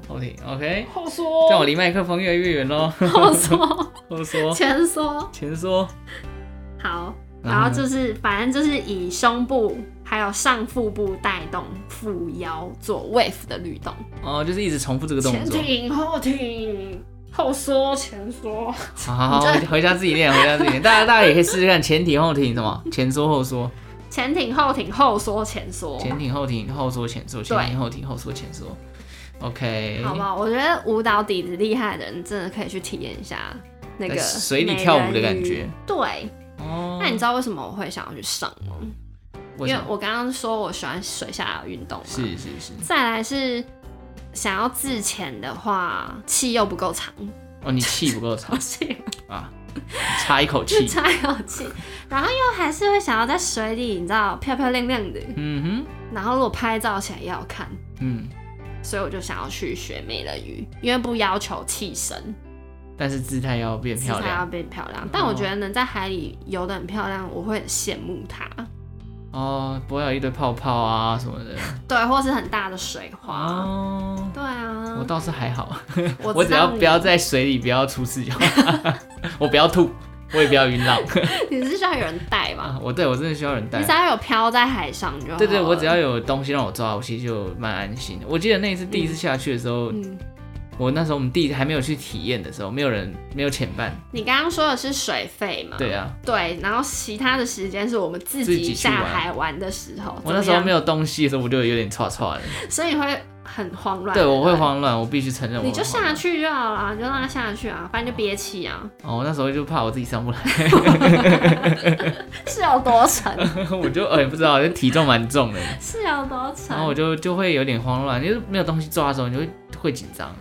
Speaker 1: 后挺，OK，
Speaker 3: 后
Speaker 1: 这样我
Speaker 3: 缩，
Speaker 1: 离麦克风越来越远喽。
Speaker 3: 后缩，
Speaker 1: 后缩，
Speaker 3: 前缩，
Speaker 1: 前缩，
Speaker 3: 好。
Speaker 1: 然
Speaker 3: 然
Speaker 1: 后
Speaker 3: 后
Speaker 1: 呢
Speaker 3: 就是，反正就是以胸部还有上腹部带动腹腰做 wave 的律动，
Speaker 1: 哦，就是一直重复这个动
Speaker 3: 前
Speaker 1: 作。
Speaker 3: 挺后挺后缩前缩，
Speaker 1: 好好好，哦回回家自己练，回家自己练。大家大家也可以试试看，前挺后挺什么？前缩后缩，
Speaker 3: 前挺后挺后缩前缩，
Speaker 1: 前挺后挺后缩前缩，前挺后挺后缩前缩。OK，
Speaker 3: 好不好？我觉得舞蹈底子厉害的人真的可以去体验一下那个
Speaker 1: 在水里呃跳舞的感觉
Speaker 3: 美人鱼。对，
Speaker 1: 哦，
Speaker 3: 那你知道为什么我会想要去上吗？
Speaker 1: 为
Speaker 3: 因为
Speaker 1: 什么？
Speaker 3: 我刚刚说我喜欢水下运动嘛，
Speaker 1: 是是是，
Speaker 3: 再来是想要自潜的话，气又不够长，
Speaker 1: 哦，你气不够长
Speaker 3: 不是。
Speaker 1: 啊，差一口
Speaker 3: 就
Speaker 1: 气。
Speaker 3: 差一口气，然后又还是会想要在水里，你知道漂漂亮亮的，
Speaker 1: 嗯
Speaker 3: 然后如果拍照起来也好看，
Speaker 1: 哼，嗯，
Speaker 3: 所以我就想要去学美人鱼，因为不要求气深，
Speaker 1: 但是姿态要变
Speaker 3: 姿
Speaker 1: 漂
Speaker 3: 态要
Speaker 1: 亮哦
Speaker 3: 变漂亮。但我觉得能在海里游得很漂亮，我会很羡慕它。
Speaker 1: 哦，不会有一堆泡泡啊什么的。
Speaker 3: 对，或是很大的水花。
Speaker 1: 哦，
Speaker 3: 对啊，
Speaker 1: 我倒是还好，
Speaker 3: 我
Speaker 1: 我
Speaker 3: 知
Speaker 1: 只要
Speaker 3: 道你
Speaker 1: 不要在水里不要出事就好， 我不要吐，我也不要晕 浪。
Speaker 3: 你是需要有人带吧？
Speaker 1: 啊，我对我真的需要人带
Speaker 3: 你只。要有漂在海上就好了。
Speaker 1: 对对，我只要有东西让我抓，我其实就蛮安心的。我记得那一次第一次下去的时候，
Speaker 3: 嗯，
Speaker 1: 我那时候我们弟还没有去体验的时候，没有人没有潜伴，
Speaker 3: 你刚刚说的是水费嘛？
Speaker 1: 对啊，
Speaker 3: 对，然后其他的时间是我们自
Speaker 1: 自己
Speaker 3: 己
Speaker 1: 去玩
Speaker 3: 下海玩的时候。
Speaker 1: 我那时候没
Speaker 3: 有，
Speaker 1: 有东西的时候，我就有点歘歘的。
Speaker 3: 所以会很慌乱。
Speaker 1: 对，我会
Speaker 3: 不。
Speaker 1: 慌乱，我必须承认我会
Speaker 3: 你就
Speaker 1: 慌
Speaker 3: 下
Speaker 1: 乱。
Speaker 3: 去就好了，你就让它下去啊，反正就憋气啊，
Speaker 1: 哦，我那时候就怕我自己上不来，
Speaker 3: 是有多沉？
Speaker 1: 我就哎、不知道，就体重蛮重 的，
Speaker 3: 是有多沉
Speaker 1: 然？后我就就会有点慌乱，就是没有东西抓的时候，你就会会紧张。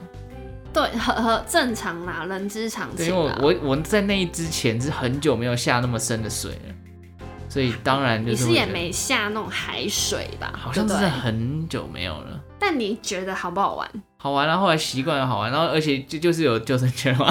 Speaker 3: 对，和和正常啦，人之常
Speaker 1: 对，
Speaker 3: 情
Speaker 1: 因为
Speaker 3: 啦。
Speaker 1: 我我我在那一之前是很久没有下那么深的水了，所以当然就
Speaker 3: 你
Speaker 1: 是
Speaker 3: 是
Speaker 1: 会
Speaker 3: 也
Speaker 1: 觉得
Speaker 3: 没下那种海水吧？
Speaker 1: 好像真
Speaker 3: 对不
Speaker 1: 的
Speaker 3: 对
Speaker 1: 很久没有了。
Speaker 3: 但你觉得好不好玩？
Speaker 1: 好玩啊，后来习惯了好玩，然后而且就就是有救生圈 嘛，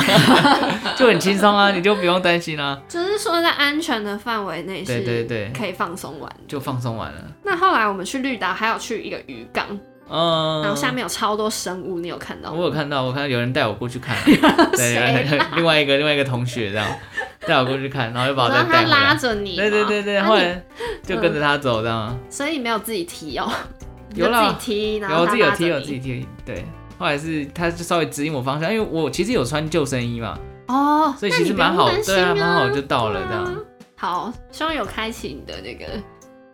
Speaker 1: 就很轻松啊，你就不用担心啊，
Speaker 3: 就是说在安全的范围内是，
Speaker 1: 对对对
Speaker 3: 可以放松玩。
Speaker 1: 就放松完了。
Speaker 3: 那后来我们去绿岛，还有去一个渔港，
Speaker 1: 嗯，
Speaker 3: 然后下面有超多生物，你有看到
Speaker 1: 我
Speaker 3: 吗？
Speaker 1: 有看到，我看到有人带我过去看，啊
Speaker 3: 啊
Speaker 1: 对，
Speaker 3: 谁
Speaker 1: 对另外一个另外一个同学这样带我过去看，然后就把我再
Speaker 3: 然后他
Speaker 1: 带回
Speaker 3: 拉
Speaker 1: 来。
Speaker 3: 着你嘛，
Speaker 1: 对对对对，
Speaker 3: 啊
Speaker 1: 后
Speaker 3: 你
Speaker 1: 来就跟着他走这样。啊
Speaker 3: 所以你没有自己踢哦，你
Speaker 1: 有
Speaker 3: 就自
Speaker 1: 啦
Speaker 3: 己踢，然
Speaker 1: 有
Speaker 3: 后
Speaker 1: 我
Speaker 3: 他
Speaker 1: 自己有
Speaker 3: 拉着
Speaker 1: 踢，有
Speaker 3: 你
Speaker 1: 自己踢，对。后来是他就稍微指引我方向，因为我其实有穿救生衣嘛，
Speaker 3: 哦，
Speaker 1: 所以
Speaker 3: 那
Speaker 1: 其
Speaker 3: 你
Speaker 1: 实
Speaker 3: 不
Speaker 1: 蛮
Speaker 3: 用
Speaker 1: 好，
Speaker 3: 担
Speaker 1: 对啊，
Speaker 3: 心
Speaker 1: 蛮好就到了
Speaker 3: 对啊
Speaker 1: 这样。
Speaker 3: 好，希望有开启你的那个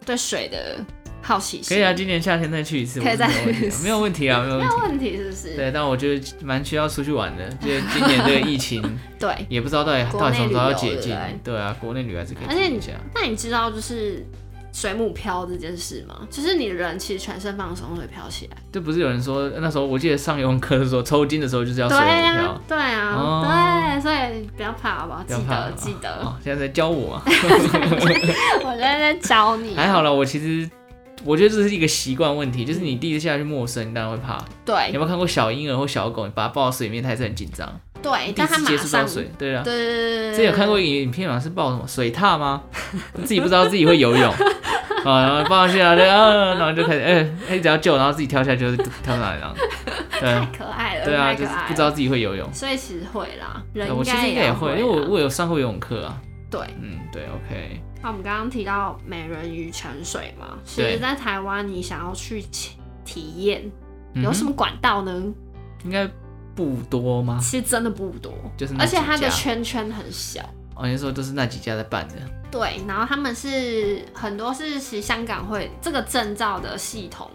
Speaker 3: 对水的好奇
Speaker 1: 可
Speaker 3: 心。
Speaker 1: 以啊，今年夏天再去一次，我
Speaker 3: 可以
Speaker 1: 是没
Speaker 3: 再
Speaker 1: 有问题的
Speaker 3: 去一次
Speaker 1: 没有问题啊，没有
Speaker 3: 没
Speaker 1: 问
Speaker 3: 有
Speaker 1: 题。
Speaker 3: 问题是不是？
Speaker 1: 对，但我觉得蛮需要出去玩的， 就是今年这个疫情
Speaker 3: 对
Speaker 1: 也不知道到底
Speaker 3: 国
Speaker 1: 到
Speaker 3: 内
Speaker 1: 底什么时候要
Speaker 3: 旅游
Speaker 1: 解
Speaker 3: 对不
Speaker 1: 禁
Speaker 3: 对，
Speaker 1: 对啊，国内旅游还是可以
Speaker 3: 而且
Speaker 1: 去
Speaker 3: 你
Speaker 1: 一下。
Speaker 3: 那你知道就是水母漂这件事吗？就是你人其实全身放松会飘起来。
Speaker 1: 就不是有人说呃那时候我记得上游泳课的时候抽筋的时候就是要水
Speaker 3: 对
Speaker 1: 母
Speaker 3: 呀、
Speaker 1: 漂，
Speaker 3: 对啊，
Speaker 1: 哦
Speaker 3: 对，所以不要怕好不好？
Speaker 1: 不
Speaker 3: 记
Speaker 1: 要怕
Speaker 3: 得记得，
Speaker 1: 哦，现在在教我嘛，
Speaker 3: 我现在在教你。
Speaker 1: 还好啦，我其实我觉得这是一个习惯问题，就是你第一次下去陌生，你当然会怕。你有
Speaker 3: 对
Speaker 1: 没有看过小婴儿或小狗，你把它抱到水面，它还是很紧张，
Speaker 3: 对，
Speaker 1: 第一
Speaker 3: 但他
Speaker 1: 次
Speaker 3: 马
Speaker 1: 接触
Speaker 3: 上
Speaker 1: 到水，对啊
Speaker 3: 对。对对
Speaker 1: 之
Speaker 3: 对对，
Speaker 1: 前有看过影片嘛，是抱什么水獭吗？ 自己不知道自己会游 泳。啊，然后抱上去啊，对啊，然后就开始，哎、哎，只要救，然后自己跳下去，就是跳上来这样。对
Speaker 3: 太
Speaker 1: 啊，
Speaker 3: 可爱了，
Speaker 1: 对啊，
Speaker 3: 太
Speaker 1: 就
Speaker 3: 可
Speaker 1: 是
Speaker 3: 爱
Speaker 1: 不知道自己会游泳。
Speaker 3: 了，所以其实会啦，人
Speaker 1: 对我其实应该也
Speaker 3: 也
Speaker 1: 会，
Speaker 3: 会啦，啊
Speaker 1: 因为我我有上过游泳课啊。
Speaker 3: 对。
Speaker 1: 嗯，对，OK，
Speaker 3: 那我们刚刚提到美人鱼潜水嘛，其
Speaker 1: 对
Speaker 3: 实在台湾你想要去体体验，
Speaker 1: 嗯哼
Speaker 3: 有什么管道呢？
Speaker 1: 应该不多吗？
Speaker 3: 其实真的不多，
Speaker 1: 就是那
Speaker 3: 而
Speaker 1: 几
Speaker 3: 且它的
Speaker 1: 家
Speaker 3: 圈圈很小。
Speaker 1: 哦，你是说都是那几家在办的。
Speaker 3: 对，然后他们是很多是其实香港会这个证照的系统，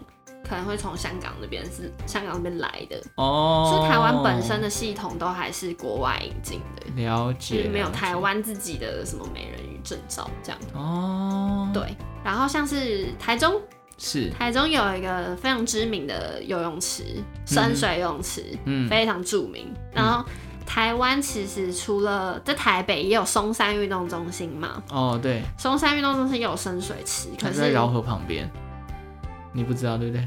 Speaker 3: 可能会从香港那边是香港那边来的，
Speaker 1: 哦，
Speaker 3: 所以台湾本身的系统都还是国外引进的，
Speaker 1: 了
Speaker 3: 就
Speaker 1: 解
Speaker 3: 是没有
Speaker 1: 了解
Speaker 3: 台湾自己的什么美人鱼证照这样。
Speaker 1: 哦，，
Speaker 3: 对，然后像是台中，
Speaker 1: 是，
Speaker 3: 台中有一个非常知名的游泳池，深水游泳池，
Speaker 1: 嗯，
Speaker 3: 非常著名。然后台湾其实除了在台北也有松山运动中心嘛，
Speaker 1: 哦，对，
Speaker 3: 松山运动中心也有深水池，
Speaker 1: 它
Speaker 3: 可
Speaker 1: 就在
Speaker 3: 是
Speaker 1: 饶河旁边，你不知道对不对？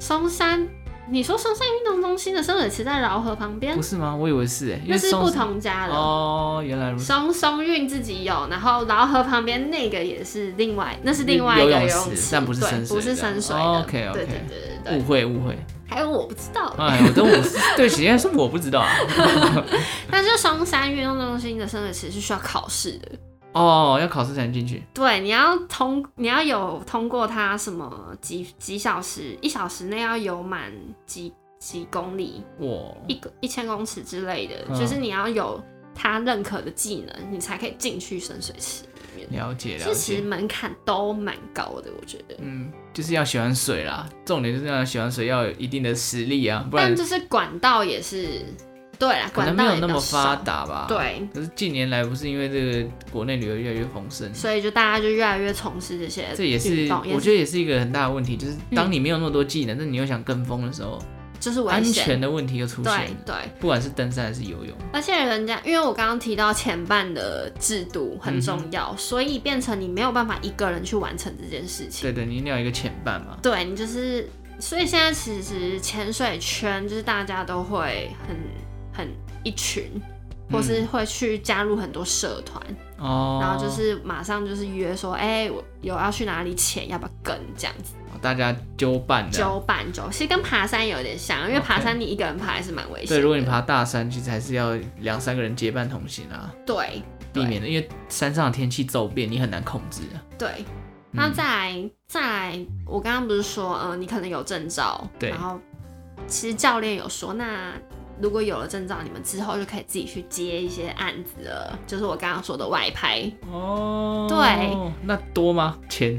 Speaker 3: 松山，你说松山运动中心的深水池在饶河旁边
Speaker 1: 不，是吗？我以为是哎，因
Speaker 3: 嗯那
Speaker 1: 为
Speaker 3: 是
Speaker 1: 松
Speaker 3: 不同家的。
Speaker 1: 哦，原来如此，
Speaker 3: 松松运自己有，然后饶河旁边那个也是另外，那是另外一
Speaker 1: 游
Speaker 3: 个
Speaker 1: 泳
Speaker 3: 游
Speaker 1: 池
Speaker 3: 泳池，
Speaker 1: 但不是
Speaker 3: 对
Speaker 1: 深水
Speaker 3: 不是
Speaker 1: 的
Speaker 3: 深水
Speaker 1: 哦
Speaker 3: 的。
Speaker 1: ，OK，OK 嗯
Speaker 3: 对对对
Speaker 1: 误
Speaker 3: 对对。
Speaker 1: 会误会，
Speaker 3: 还有我不知道，
Speaker 1: 哎， 我都我是对不起，应该是我不知道啊，
Speaker 3: 但是松山运动中心的深水池是需要考试的，
Speaker 1: 哦，要考试才能进去，
Speaker 3: 对，你要通，你要有通过它什么几几小时，一小时内要游满几几公里，
Speaker 1: 哇，
Speaker 3: 一个一千公尺之类的，
Speaker 1: 嗯
Speaker 3: 就是你要有他认可的技能，你才可以进去深水池里面。
Speaker 1: 了解
Speaker 3: 所
Speaker 1: 了
Speaker 3: 以其实
Speaker 1: 解，
Speaker 3: 门槛都蛮高的，我觉得。
Speaker 1: 嗯，就是要喜欢水啦，重点就是要喜欢水，要有一定的实力啊，不然
Speaker 3: 但就是管道也是，对啦，
Speaker 1: 可能
Speaker 3: 管
Speaker 1: 没
Speaker 3: 道
Speaker 1: 有
Speaker 3: 也
Speaker 1: 那
Speaker 3: 比较
Speaker 1: 么发
Speaker 3: 少，
Speaker 1: 达吧，。
Speaker 3: 对，
Speaker 1: 可是近年来不是因为这个国内旅游越来越丰盛，
Speaker 3: 所以就大家就越来越从事这些
Speaker 1: 这也是
Speaker 3: 运动，嗯
Speaker 1: 我觉得也是一个很大的问题，就是当你没有那么多技能，但你又想跟风的时候，
Speaker 3: 就是危
Speaker 1: 安
Speaker 3: 险。
Speaker 1: 全的问题又出
Speaker 3: 对
Speaker 1: 现，
Speaker 3: 对，
Speaker 1: 不管是登山还是游泳，
Speaker 3: 而且人家，因为我刚刚提到前半的制度很重要，
Speaker 1: 嗯
Speaker 3: 所以变成你没有办法一个人去完成这件事情。
Speaker 1: 对对，你一定要有一个牵绊嘛。
Speaker 3: 对你就是，所以现在其实潜水圈就是大家都会很很一群，或是会去加入很多社团，
Speaker 1: 嗯哦，
Speaker 3: 然后就是马上就是约说，哎、我有要去哪里潜，要不要跟这样子
Speaker 1: 大家纠伴的啊，
Speaker 3: 九板九，其实跟爬山有点像，因为
Speaker 1: OK
Speaker 3: 爬山你一个人爬还是蛮危险的。
Speaker 1: 对，如果你爬大山，其实还是要两三个人结伴同行啊，
Speaker 3: 对
Speaker 1: 避
Speaker 3: 对
Speaker 1: 免的，因为山上的天气骤变，你很难控制啊。
Speaker 3: 对，
Speaker 1: 嗯
Speaker 3: 那再来再来，我刚刚不是说，嗯、你可能有证照，
Speaker 1: 对
Speaker 3: 然后其实教练有说，那如果有了证照，你们之后就可以自己去接一些案子了，就是我刚刚说的外拍，
Speaker 1: 哦，
Speaker 3: 对，
Speaker 1: 那多吗？钱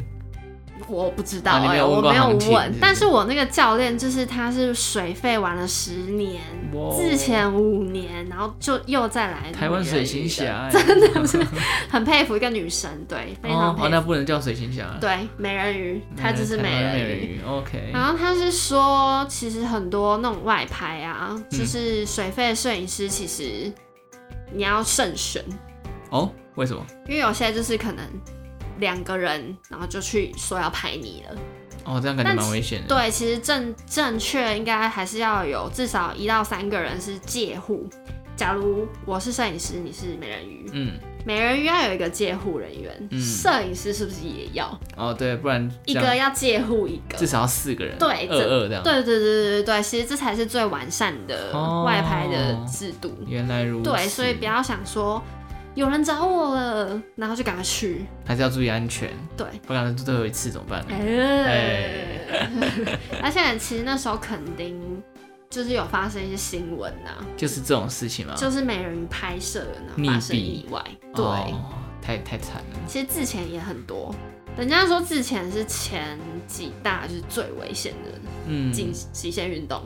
Speaker 3: 我不知道
Speaker 1: 啊你
Speaker 3: 哎、
Speaker 1: 没有问
Speaker 3: 我
Speaker 1: 过
Speaker 3: 没有
Speaker 1: 行情是
Speaker 3: 问
Speaker 1: 不是，
Speaker 3: 但是我那个教练就是他是水费玩了十年，
Speaker 1: 哇
Speaker 3: 之前五年，然后就又再来
Speaker 1: 台湾
Speaker 3: 女人
Speaker 1: 水
Speaker 3: 鱼
Speaker 1: 行
Speaker 3: 的
Speaker 1: 侠，哎
Speaker 3: 真
Speaker 1: 的
Speaker 3: 的是很佩服一个女神，对，非常
Speaker 1: 哦
Speaker 3: 佩服，
Speaker 1: 哦，那不能叫水行侠了，哎
Speaker 3: 对美人鱼，她就是美
Speaker 1: 台湾
Speaker 3: 人
Speaker 1: 美
Speaker 3: 鱼啊
Speaker 1: 人。鱼，OK，
Speaker 3: 然后他是说，其实很多那种外拍啊，
Speaker 1: 嗯
Speaker 3: 就是水费摄影师，其实你要慎选，
Speaker 1: 哦，为什么？
Speaker 3: 因为有些就是可能两个人，然后就去说要拍你了。
Speaker 1: 哦，这样感觉
Speaker 3: 但
Speaker 1: 蛮
Speaker 3: 其
Speaker 1: 危险的。
Speaker 3: 对，其实正正确应该还是要有至少一到三个人是介护。假如我是摄影师，你是美人鱼，
Speaker 1: 嗯，
Speaker 3: 美人鱼要有一个介护人员，
Speaker 1: 嗯
Speaker 3: 摄影师是不是也要
Speaker 1: 哦对，不然
Speaker 3: 一
Speaker 1: 这
Speaker 3: 个
Speaker 1: 样
Speaker 3: 要介护一个？
Speaker 1: 至少要四个人，
Speaker 3: 对
Speaker 1: 二二这样。，
Speaker 3: 对对对对对对，其实这才是最完善的
Speaker 1: 哦
Speaker 3: 外拍的制度。
Speaker 1: 原来如此。
Speaker 3: 对，所以不要想说有人找我了，然后就赶快去。
Speaker 1: 还是要注意安全，
Speaker 3: 对，哎
Speaker 1: 不然最后一次怎么办呢？哎
Speaker 3: 而且其实那时候肯定就是有发生一些新闻呐、
Speaker 1: 就是这种事情嘛。
Speaker 3: 就是美人鱼拍摄然
Speaker 1: 溺
Speaker 3: 后
Speaker 1: 毙
Speaker 3: 发生意外。对，
Speaker 1: 哦，太太惨了。
Speaker 3: 其实之前也很多。人家说之前是前几大就是最危险的
Speaker 1: 嗯，
Speaker 3: 极极限运动，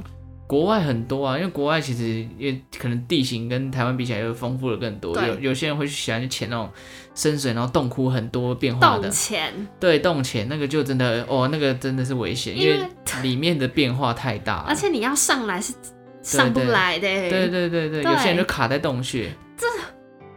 Speaker 1: 国外很多啊，因为国外其实也可能地形跟台湾比起来又丰富了更多。
Speaker 3: 对
Speaker 1: 有有些人会喜欢去潜那种深水，然后洞窟很多变化
Speaker 3: 洞
Speaker 1: 的。
Speaker 3: 前
Speaker 1: 对，洞潜那个就真的哦，那个真的是危险，因
Speaker 3: 因
Speaker 1: 为
Speaker 3: 为
Speaker 1: 里面的变化太大了。
Speaker 3: 而且你要上来是上不来的、欸。
Speaker 1: 对对对对，
Speaker 3: 对
Speaker 1: 有些人就卡在洞穴。这，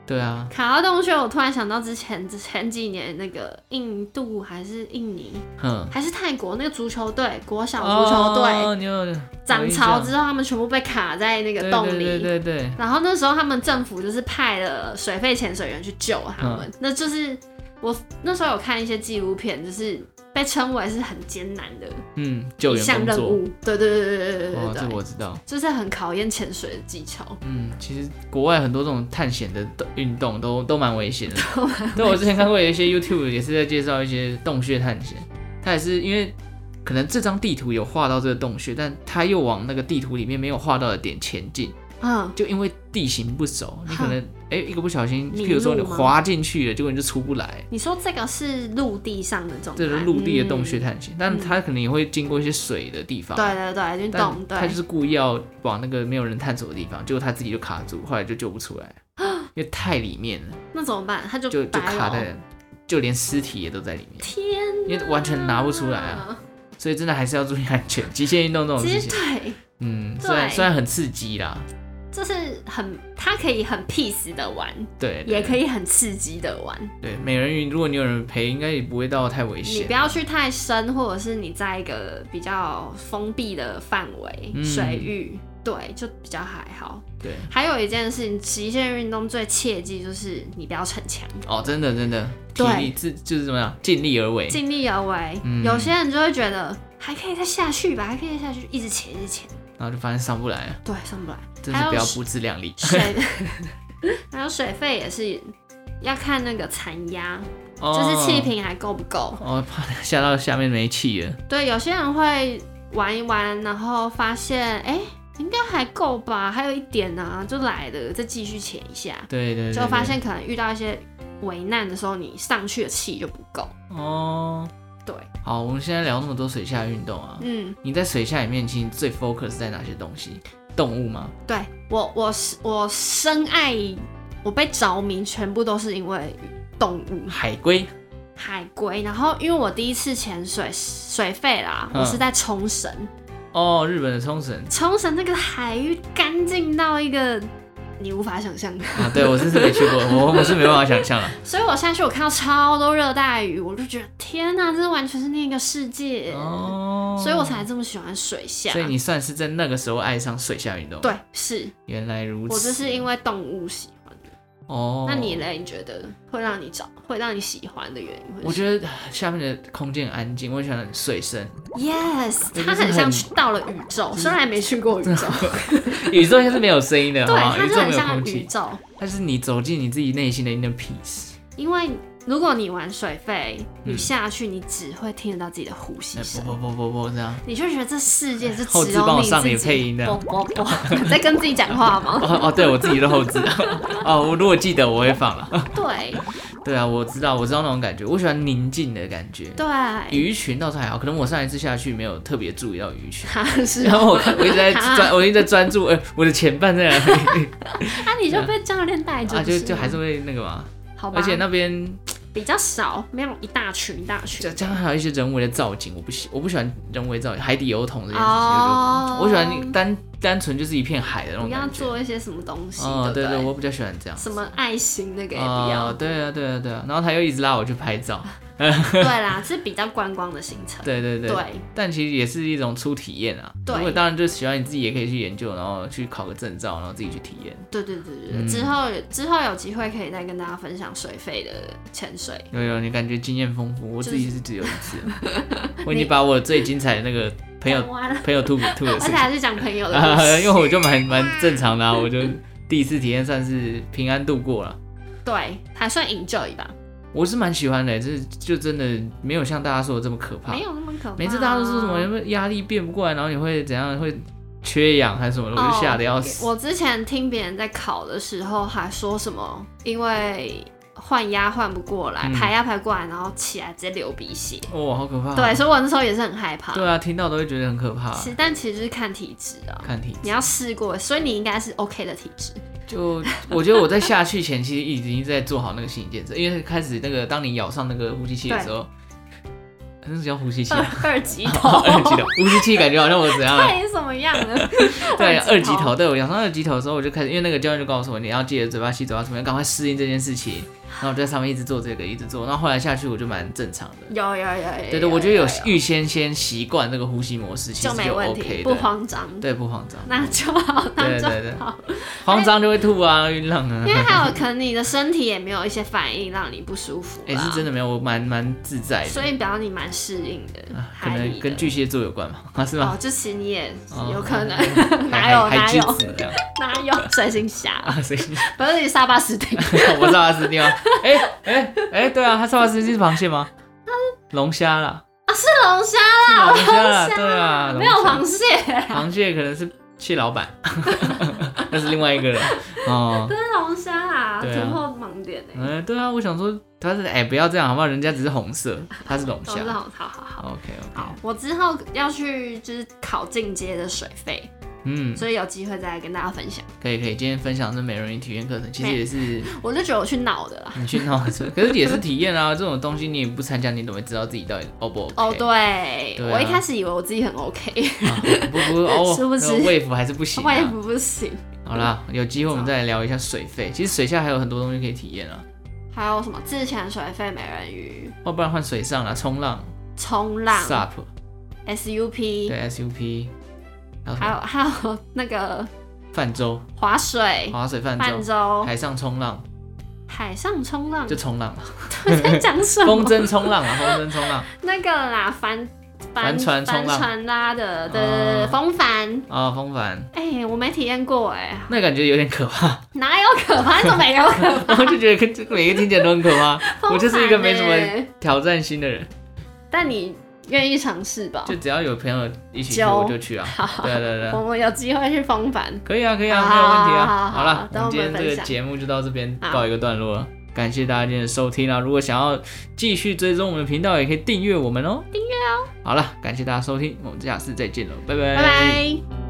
Speaker 1: 对啊，
Speaker 3: 卡到洞穴，我突然想到之前前几年那个印度还是印尼
Speaker 1: 哼。
Speaker 3: 还是泰国那个足球队，国小足球队、
Speaker 1: 哦、你有
Speaker 3: 涨潮之
Speaker 1: 后
Speaker 3: 后，他们全部被卡在那个洞里。
Speaker 1: 对对对对对，
Speaker 3: 然后那时候他们政府就是派了水肺潜水员去救他们，
Speaker 1: 嗯
Speaker 3: 那就是我那时候有看一些纪录片，就是被称为是很艰难的
Speaker 1: 嗯，救
Speaker 3: 一
Speaker 1: 援
Speaker 3: 项
Speaker 1: 工
Speaker 3: 任
Speaker 1: 作，
Speaker 3: 务。对对对对对对
Speaker 1: 哦，
Speaker 3: 对
Speaker 1: 这
Speaker 3: 对，
Speaker 1: 我知道。
Speaker 3: 就是很考验潜水的技巧。
Speaker 1: 嗯，其实国外很多这种探险的动运动都都蛮危险的。对，我之前看过有一些 YouTube 也是在介绍一些洞穴探险，它也是因为可能这张地图有画到这个洞穴，但它又往那个地图里面没有画到的点前进，
Speaker 3: 嗯，
Speaker 1: 就因为地形不熟，你可能哎、一个不小心，
Speaker 3: 迷
Speaker 1: 譬如说你
Speaker 3: 路吗
Speaker 1: 滑进去了，结果你就出不来。
Speaker 3: 你说这个是陆地上的状态，
Speaker 1: 这是陆地的洞穴
Speaker 3: 嗯
Speaker 1: 探险，但它可能也会经过一些水的地方。
Speaker 3: 对对对，运
Speaker 1: 啊但
Speaker 3: 动对，
Speaker 1: 他就是故意要往那个没有人探索的地方，结果他自己就卡住，后来就救不出 来，因为太里面了，
Speaker 3: 那怎么办？他就
Speaker 1: 就就
Speaker 3: 白
Speaker 1: 卡
Speaker 3: 了
Speaker 1: 在，就连尸体也都在里面，
Speaker 3: 天
Speaker 1: 因为完全拿不出来啊，
Speaker 3: 啊！
Speaker 1: 所以真的还是要注意安全。极限运动这种
Speaker 3: 其
Speaker 1: 事
Speaker 3: 实
Speaker 1: 情，
Speaker 3: 对，
Speaker 1: 嗯，虽然
Speaker 3: 对
Speaker 1: 虽然很刺激啦，
Speaker 3: 就是很，他可以很 peace 的玩，
Speaker 1: 对，
Speaker 3: 也可
Speaker 1: 以
Speaker 3: 以很刺激的玩。
Speaker 1: 对美人鱼，如果你有人陪，应该也不会到太危
Speaker 3: 你
Speaker 1: 险
Speaker 3: 不。要去太深，或者是你在一个比较封闭的范围、
Speaker 1: 嗯
Speaker 3: 水域，对，就比较还好。
Speaker 1: 对，
Speaker 3: 还有一件事情，极限运动最切记就是你不要逞强，
Speaker 1: 哦，真的真的，体
Speaker 3: 对
Speaker 1: 力自就是怎么样，尽力而为。
Speaker 3: 尽力而为。
Speaker 1: 嗯
Speaker 3: 有些人就会觉得还可以再下去吧，还可以再下去，一直潜，一直潜，
Speaker 1: 然后就发现上不来了，
Speaker 3: 对，上不来。
Speaker 1: 真
Speaker 3: 还
Speaker 1: 是
Speaker 3: 有
Speaker 1: 不要
Speaker 3: 是
Speaker 1: 不自量力。
Speaker 3: 水，还有水费也是要看那个残压，就
Speaker 1: 就是
Speaker 3: 气瓶还够不够。
Speaker 1: 哦，怕 吓到下面没气了。
Speaker 3: 对，有些人会玩一玩，然后发现哎、诶应该还够吧，还有一点呢、就来了，再继续潜一下，
Speaker 1: 对对对
Speaker 3: 就发
Speaker 1: 对
Speaker 3: 现可能遇到一些危难的时候，你上去的气就不够。
Speaker 1: 哦。
Speaker 3: 对，
Speaker 1: 好，我们现在聊那么多水下运动啊，
Speaker 3: 嗯，
Speaker 1: 你在水下里面，其实最 focus 在哪些东西？动物吗？
Speaker 3: 对我我是我深爱，我被着迷，全部都是因为动物。
Speaker 1: 海龟。
Speaker 3: 海龟，然后因为我第一次潜水水费啦，
Speaker 1: 嗯
Speaker 3: 我是在冲绳，
Speaker 1: 哦，日本的冲绳
Speaker 3: 冲绳那个海域干净到一个你无法想象的，
Speaker 1: 啊，对我真是没去 过，我我是没办法想象啊了。
Speaker 3: 所以我下去我看到超多热带鱼，我就觉得天哪，这完全是另一个世界，
Speaker 1: 哦，
Speaker 3: 所以我才这么喜欢水下
Speaker 1: 所。以你算是在那个时候爱上水下运动。，
Speaker 3: 对，是
Speaker 1: 原来如
Speaker 3: 我
Speaker 1: 此。
Speaker 3: 就是因为动物喜欢。
Speaker 1: 哦，
Speaker 3: 那你嘞？你觉得会让你找会让你喜欢的原因会
Speaker 1: 我
Speaker 3: 是？
Speaker 1: 觉得下面的空间很安静，我喜欢水深。
Speaker 3: Yes，
Speaker 1: 我就是
Speaker 3: 它很像
Speaker 1: 很
Speaker 3: 去到了宇 宙，虽然没去过宇宙，
Speaker 1: 宇宙是没有声音的，
Speaker 3: 对，
Speaker 1: 好不好
Speaker 3: 它
Speaker 1: 哦宇
Speaker 3: 就
Speaker 1: 宙
Speaker 3: 很
Speaker 1: 没有
Speaker 3: 像
Speaker 1: 空
Speaker 3: 宇
Speaker 1: 气，
Speaker 3: 宙。
Speaker 1: 但是你走进你自己内心的那 peace。
Speaker 3: 因为如果你玩水肺，
Speaker 1: 嗯
Speaker 3: 你下去你只会听得到自己的呼吸
Speaker 1: 哎，
Speaker 3: 声，
Speaker 1: 不不不不不这样。
Speaker 3: 你就觉得这世界是
Speaker 1: 后
Speaker 3: 只
Speaker 1: 置帮
Speaker 3: 有
Speaker 1: 我
Speaker 3: 你
Speaker 1: 上
Speaker 3: 自
Speaker 1: 点
Speaker 3: 己。
Speaker 1: 配音的
Speaker 3: 啵啵啵你 在跟自己讲话 吗？
Speaker 1: 哦哦，对我自己的后置 哦，我如果记得我会放了。
Speaker 3: 对
Speaker 1: 对啊，我知道，我知道那种感觉，我喜欢宁静的感觉。
Speaker 3: 对，。
Speaker 1: 鱼群倒是还好，可能我上一次下去没有特别注意到鱼群
Speaker 3: 它是
Speaker 1: 然后我看，我一直 在
Speaker 3: 啊
Speaker 1: 专，我一直在专注，哎、我的前半在 哪里？
Speaker 3: 啊，你就被教练带着
Speaker 1: 啊，就
Speaker 3: 吃
Speaker 1: 就还是
Speaker 3: 吗
Speaker 1: 会那个嘛。
Speaker 3: 好吧，
Speaker 1: 而且那边
Speaker 3: 比较少，没有一大群一大群
Speaker 1: 加加上还有一些人为的造景，我不喜，我不喜欢人为造景，海底油桶这件事情，
Speaker 3: 哦
Speaker 1: 我就我喜欢单单纯就是一片海的那
Speaker 3: 不
Speaker 1: 种
Speaker 3: 要
Speaker 1: 感觉。
Speaker 3: 做一些什么东西，
Speaker 1: 哦，
Speaker 3: 对
Speaker 1: 对
Speaker 3: 不
Speaker 1: 对，我比较喜欢这样。
Speaker 3: 什么爱心那个也
Speaker 1: 哦
Speaker 3: 不要，
Speaker 1: 对啊，对啊，对啊。然后他又一直拉我去拍 照，
Speaker 3: 对啦，是比较观光的行程。
Speaker 1: 对对对。
Speaker 3: 对
Speaker 1: 但其实也是一种初体验啊。
Speaker 3: 对
Speaker 1: 如果当然就喜欢你自己也可以去研究，然后去考个证照，然后自己去体验。
Speaker 3: 对对对对
Speaker 1: 嗯
Speaker 3: 对，之后之后有机会可以再跟大家分享水肺的潜水。
Speaker 1: 有有，你感觉经验丰富，我
Speaker 3: 就
Speaker 1: 自
Speaker 3: 是
Speaker 1: 己是只有一 次啊，我已经把我最精彩的那个朋友
Speaker 3: 讲 完了
Speaker 1: 朋友吐吐的
Speaker 3: 而
Speaker 1: 事
Speaker 3: 且
Speaker 1: 情，
Speaker 3: 还是讲朋友 的故
Speaker 1: 啊
Speaker 3: 事。
Speaker 1: 因为我就蛮蛮正常的、啊，我就第一次体验算是平安度过了。
Speaker 3: 对，还算 enjoy 吧，
Speaker 1: 我是蛮喜欢的，这就真的没有像大家说的这么可怕。
Speaker 3: 没有那么可怕。哦
Speaker 1: 每次大家都说什么因为压力变不过来，然后你会怎样会缺氧还是什么的，我就吓得要死。
Speaker 3: 我之前听别人在考的时候还说什么，因为换压换不过来，
Speaker 1: 嗯
Speaker 3: 排压排过来，然后起来直接流鼻血。
Speaker 1: 哦，好可怕！
Speaker 3: 对，所以我那时候也是很害怕。
Speaker 1: 对啊，听到都会觉得很可怕。
Speaker 3: 其实但其实就是看体质啊，
Speaker 1: 看体
Speaker 3: 你要试过，所以你应该是 OK 的体 质。
Speaker 1: 就我觉得我在下去前期已经在做好那个心理建设，因为开始那个当你咬上那个呼吸器的时候，那是叫呼吸器
Speaker 3: 二
Speaker 1: 吗，
Speaker 3: 二级头，
Speaker 1: 二级头，呼吸器感觉好像我怎样了？啊
Speaker 3: 对，什么样的？
Speaker 1: 对，啊 二级头，对我养上二级头的时候，我就开始，因为那个教练就告诉我，你要记得嘴巴吸，嘴巴出，要赶快适应这件事情。然后我就在上面一直做这个，一直做。然后后来下去，我就蛮正常的。
Speaker 3: 有有有有有。
Speaker 1: 对对，我觉得有
Speaker 3: 有
Speaker 1: 预先先习惯这个呼吸模式，其
Speaker 3: 啊就
Speaker 1: 实
Speaker 3: 没
Speaker 1: 就
Speaker 3: 问
Speaker 1: OK 的，
Speaker 3: 题，不慌张。
Speaker 1: 对，不慌张，
Speaker 3: 那就好，那
Speaker 1: 对对对
Speaker 3: 就好。
Speaker 1: 慌张就会吐啊，晕浪啊
Speaker 3: 因。为还有可能你的身体也没有一些反应让你不舒服、啊，
Speaker 1: 哎、是真的没有，我蛮蛮自在
Speaker 3: 所
Speaker 1: 的，啊
Speaker 3: 以表示你蛮适应的，
Speaker 1: 可
Speaker 3: 海
Speaker 1: 能
Speaker 3: 里
Speaker 1: 跟
Speaker 3: 的。
Speaker 1: 巨蟹座有关嘛， 啊是
Speaker 3: 哦
Speaker 1: 吗？，
Speaker 3: 这其实你也
Speaker 1: 哦
Speaker 3: 有 可能， 哪
Speaker 1: 还
Speaker 3: 有
Speaker 1: 还
Speaker 3: 哪
Speaker 1: 还巨
Speaker 3: 有
Speaker 1: 子这样
Speaker 3: 哪有水星侠，
Speaker 1: 啊，所以
Speaker 3: 不是你沙巴斯汀，
Speaker 1: 我知道他是地方。哎哎哎，对啊，他是巴斯是螃蟹吗？龙虾啦。
Speaker 3: 啊龙虾
Speaker 1: 是龙虾啦，
Speaker 3: 龙虾
Speaker 1: 对啊，
Speaker 3: 没有
Speaker 1: 龙虾
Speaker 3: 螃蟹，
Speaker 1: 螃蟹可能是蟹老板， 那是另外一个人哦。
Speaker 3: 这是龙虾啊，突
Speaker 1: 对啊
Speaker 3: 破盲点哎、
Speaker 1: 嗯，对啊，我想说他是哎、不要这样好不好？人家只是红色，他是啊龙
Speaker 3: 总
Speaker 1: 虾。
Speaker 3: 之
Speaker 1: OK
Speaker 3: 哦好好好好。
Speaker 1: OK，
Speaker 3: 好，我之后要去就是考进阶的水费，
Speaker 1: 嗯，
Speaker 3: 所以有机会再来跟大家分享。
Speaker 1: 可以可以，今天分享的美容仪体验课程，其实也是
Speaker 3: 我就觉得我去闹的啦。
Speaker 1: 你去闹的时候，可是也是体验啊。这种东西你也不参加，你怎么会知道自己到底 O 不 OK？啊，
Speaker 3: 哦、对，
Speaker 1: 对啊
Speaker 3: 我一开始以为我自己很 OK，
Speaker 1: 不不哦，
Speaker 3: 是不是
Speaker 1: 那个 wave 还是不行、
Speaker 3: 外
Speaker 1: 啊。
Speaker 3: 服不行。
Speaker 1: 好啦，有机会我们再来聊一下水费。其实水下还有很多东西可以体验啊，
Speaker 3: 还有什么自潜水费、美人鱼、
Speaker 1: 要不然换水上啦，冲浪、
Speaker 3: 冲浪、
Speaker 1: SUP，啊
Speaker 3: SUP，
Speaker 1: 对 SUP，还有什
Speaker 3: 还有
Speaker 1: 么
Speaker 3: 还有那个
Speaker 1: 泛舟、
Speaker 3: 划水、
Speaker 1: 划水哦泛
Speaker 3: 泛
Speaker 1: 舟、
Speaker 3: 舟、
Speaker 1: 海上冲浪，
Speaker 3: 海上冲浪
Speaker 1: 就，冲浪嘛，
Speaker 3: 在讲什
Speaker 1: 风
Speaker 3: 么？
Speaker 1: 筝冲浪啊，风筝冲浪。
Speaker 3: 那个啦，帆帆
Speaker 1: 帆船冲
Speaker 3: 帆
Speaker 1: 浪
Speaker 3: 船拉的
Speaker 1: 哦
Speaker 3: 的风帆。
Speaker 1: 啊、风帆，
Speaker 3: 哎、我没体验过哎、
Speaker 1: 那感觉有点可怕，
Speaker 3: 哪有可怕？怎么有可怕？
Speaker 1: 然后就觉得跟这个每个听起来都很可 怕。我就是一个没什
Speaker 3: 风帆
Speaker 1: 么
Speaker 3: 欸
Speaker 1: 挑战心的人，
Speaker 3: 但你愿意尝试吧？
Speaker 1: 就只要有朋友一起去，
Speaker 3: 揪
Speaker 1: 我就去啊。对对对
Speaker 3: 我，们有机会去风帆。
Speaker 1: 可以啊，可以啊，
Speaker 3: 好
Speaker 1: 没有问题
Speaker 3: 好
Speaker 1: 啊。
Speaker 3: 好
Speaker 1: 好
Speaker 3: 好
Speaker 1: 了，我
Speaker 3: 等
Speaker 1: 们
Speaker 3: 我
Speaker 1: 今天
Speaker 3: 们
Speaker 1: 这
Speaker 3: 分
Speaker 1: 个
Speaker 3: 享
Speaker 1: 节目就到这边
Speaker 3: 好
Speaker 1: 告一个段落了。感谢大家今天的收听啊！如果想要继续追踪我们的频道，也可以订阅我们哦。订阅哦。好了，感谢大家收听，我们下次再见喽，拜拜
Speaker 3: 拜拜。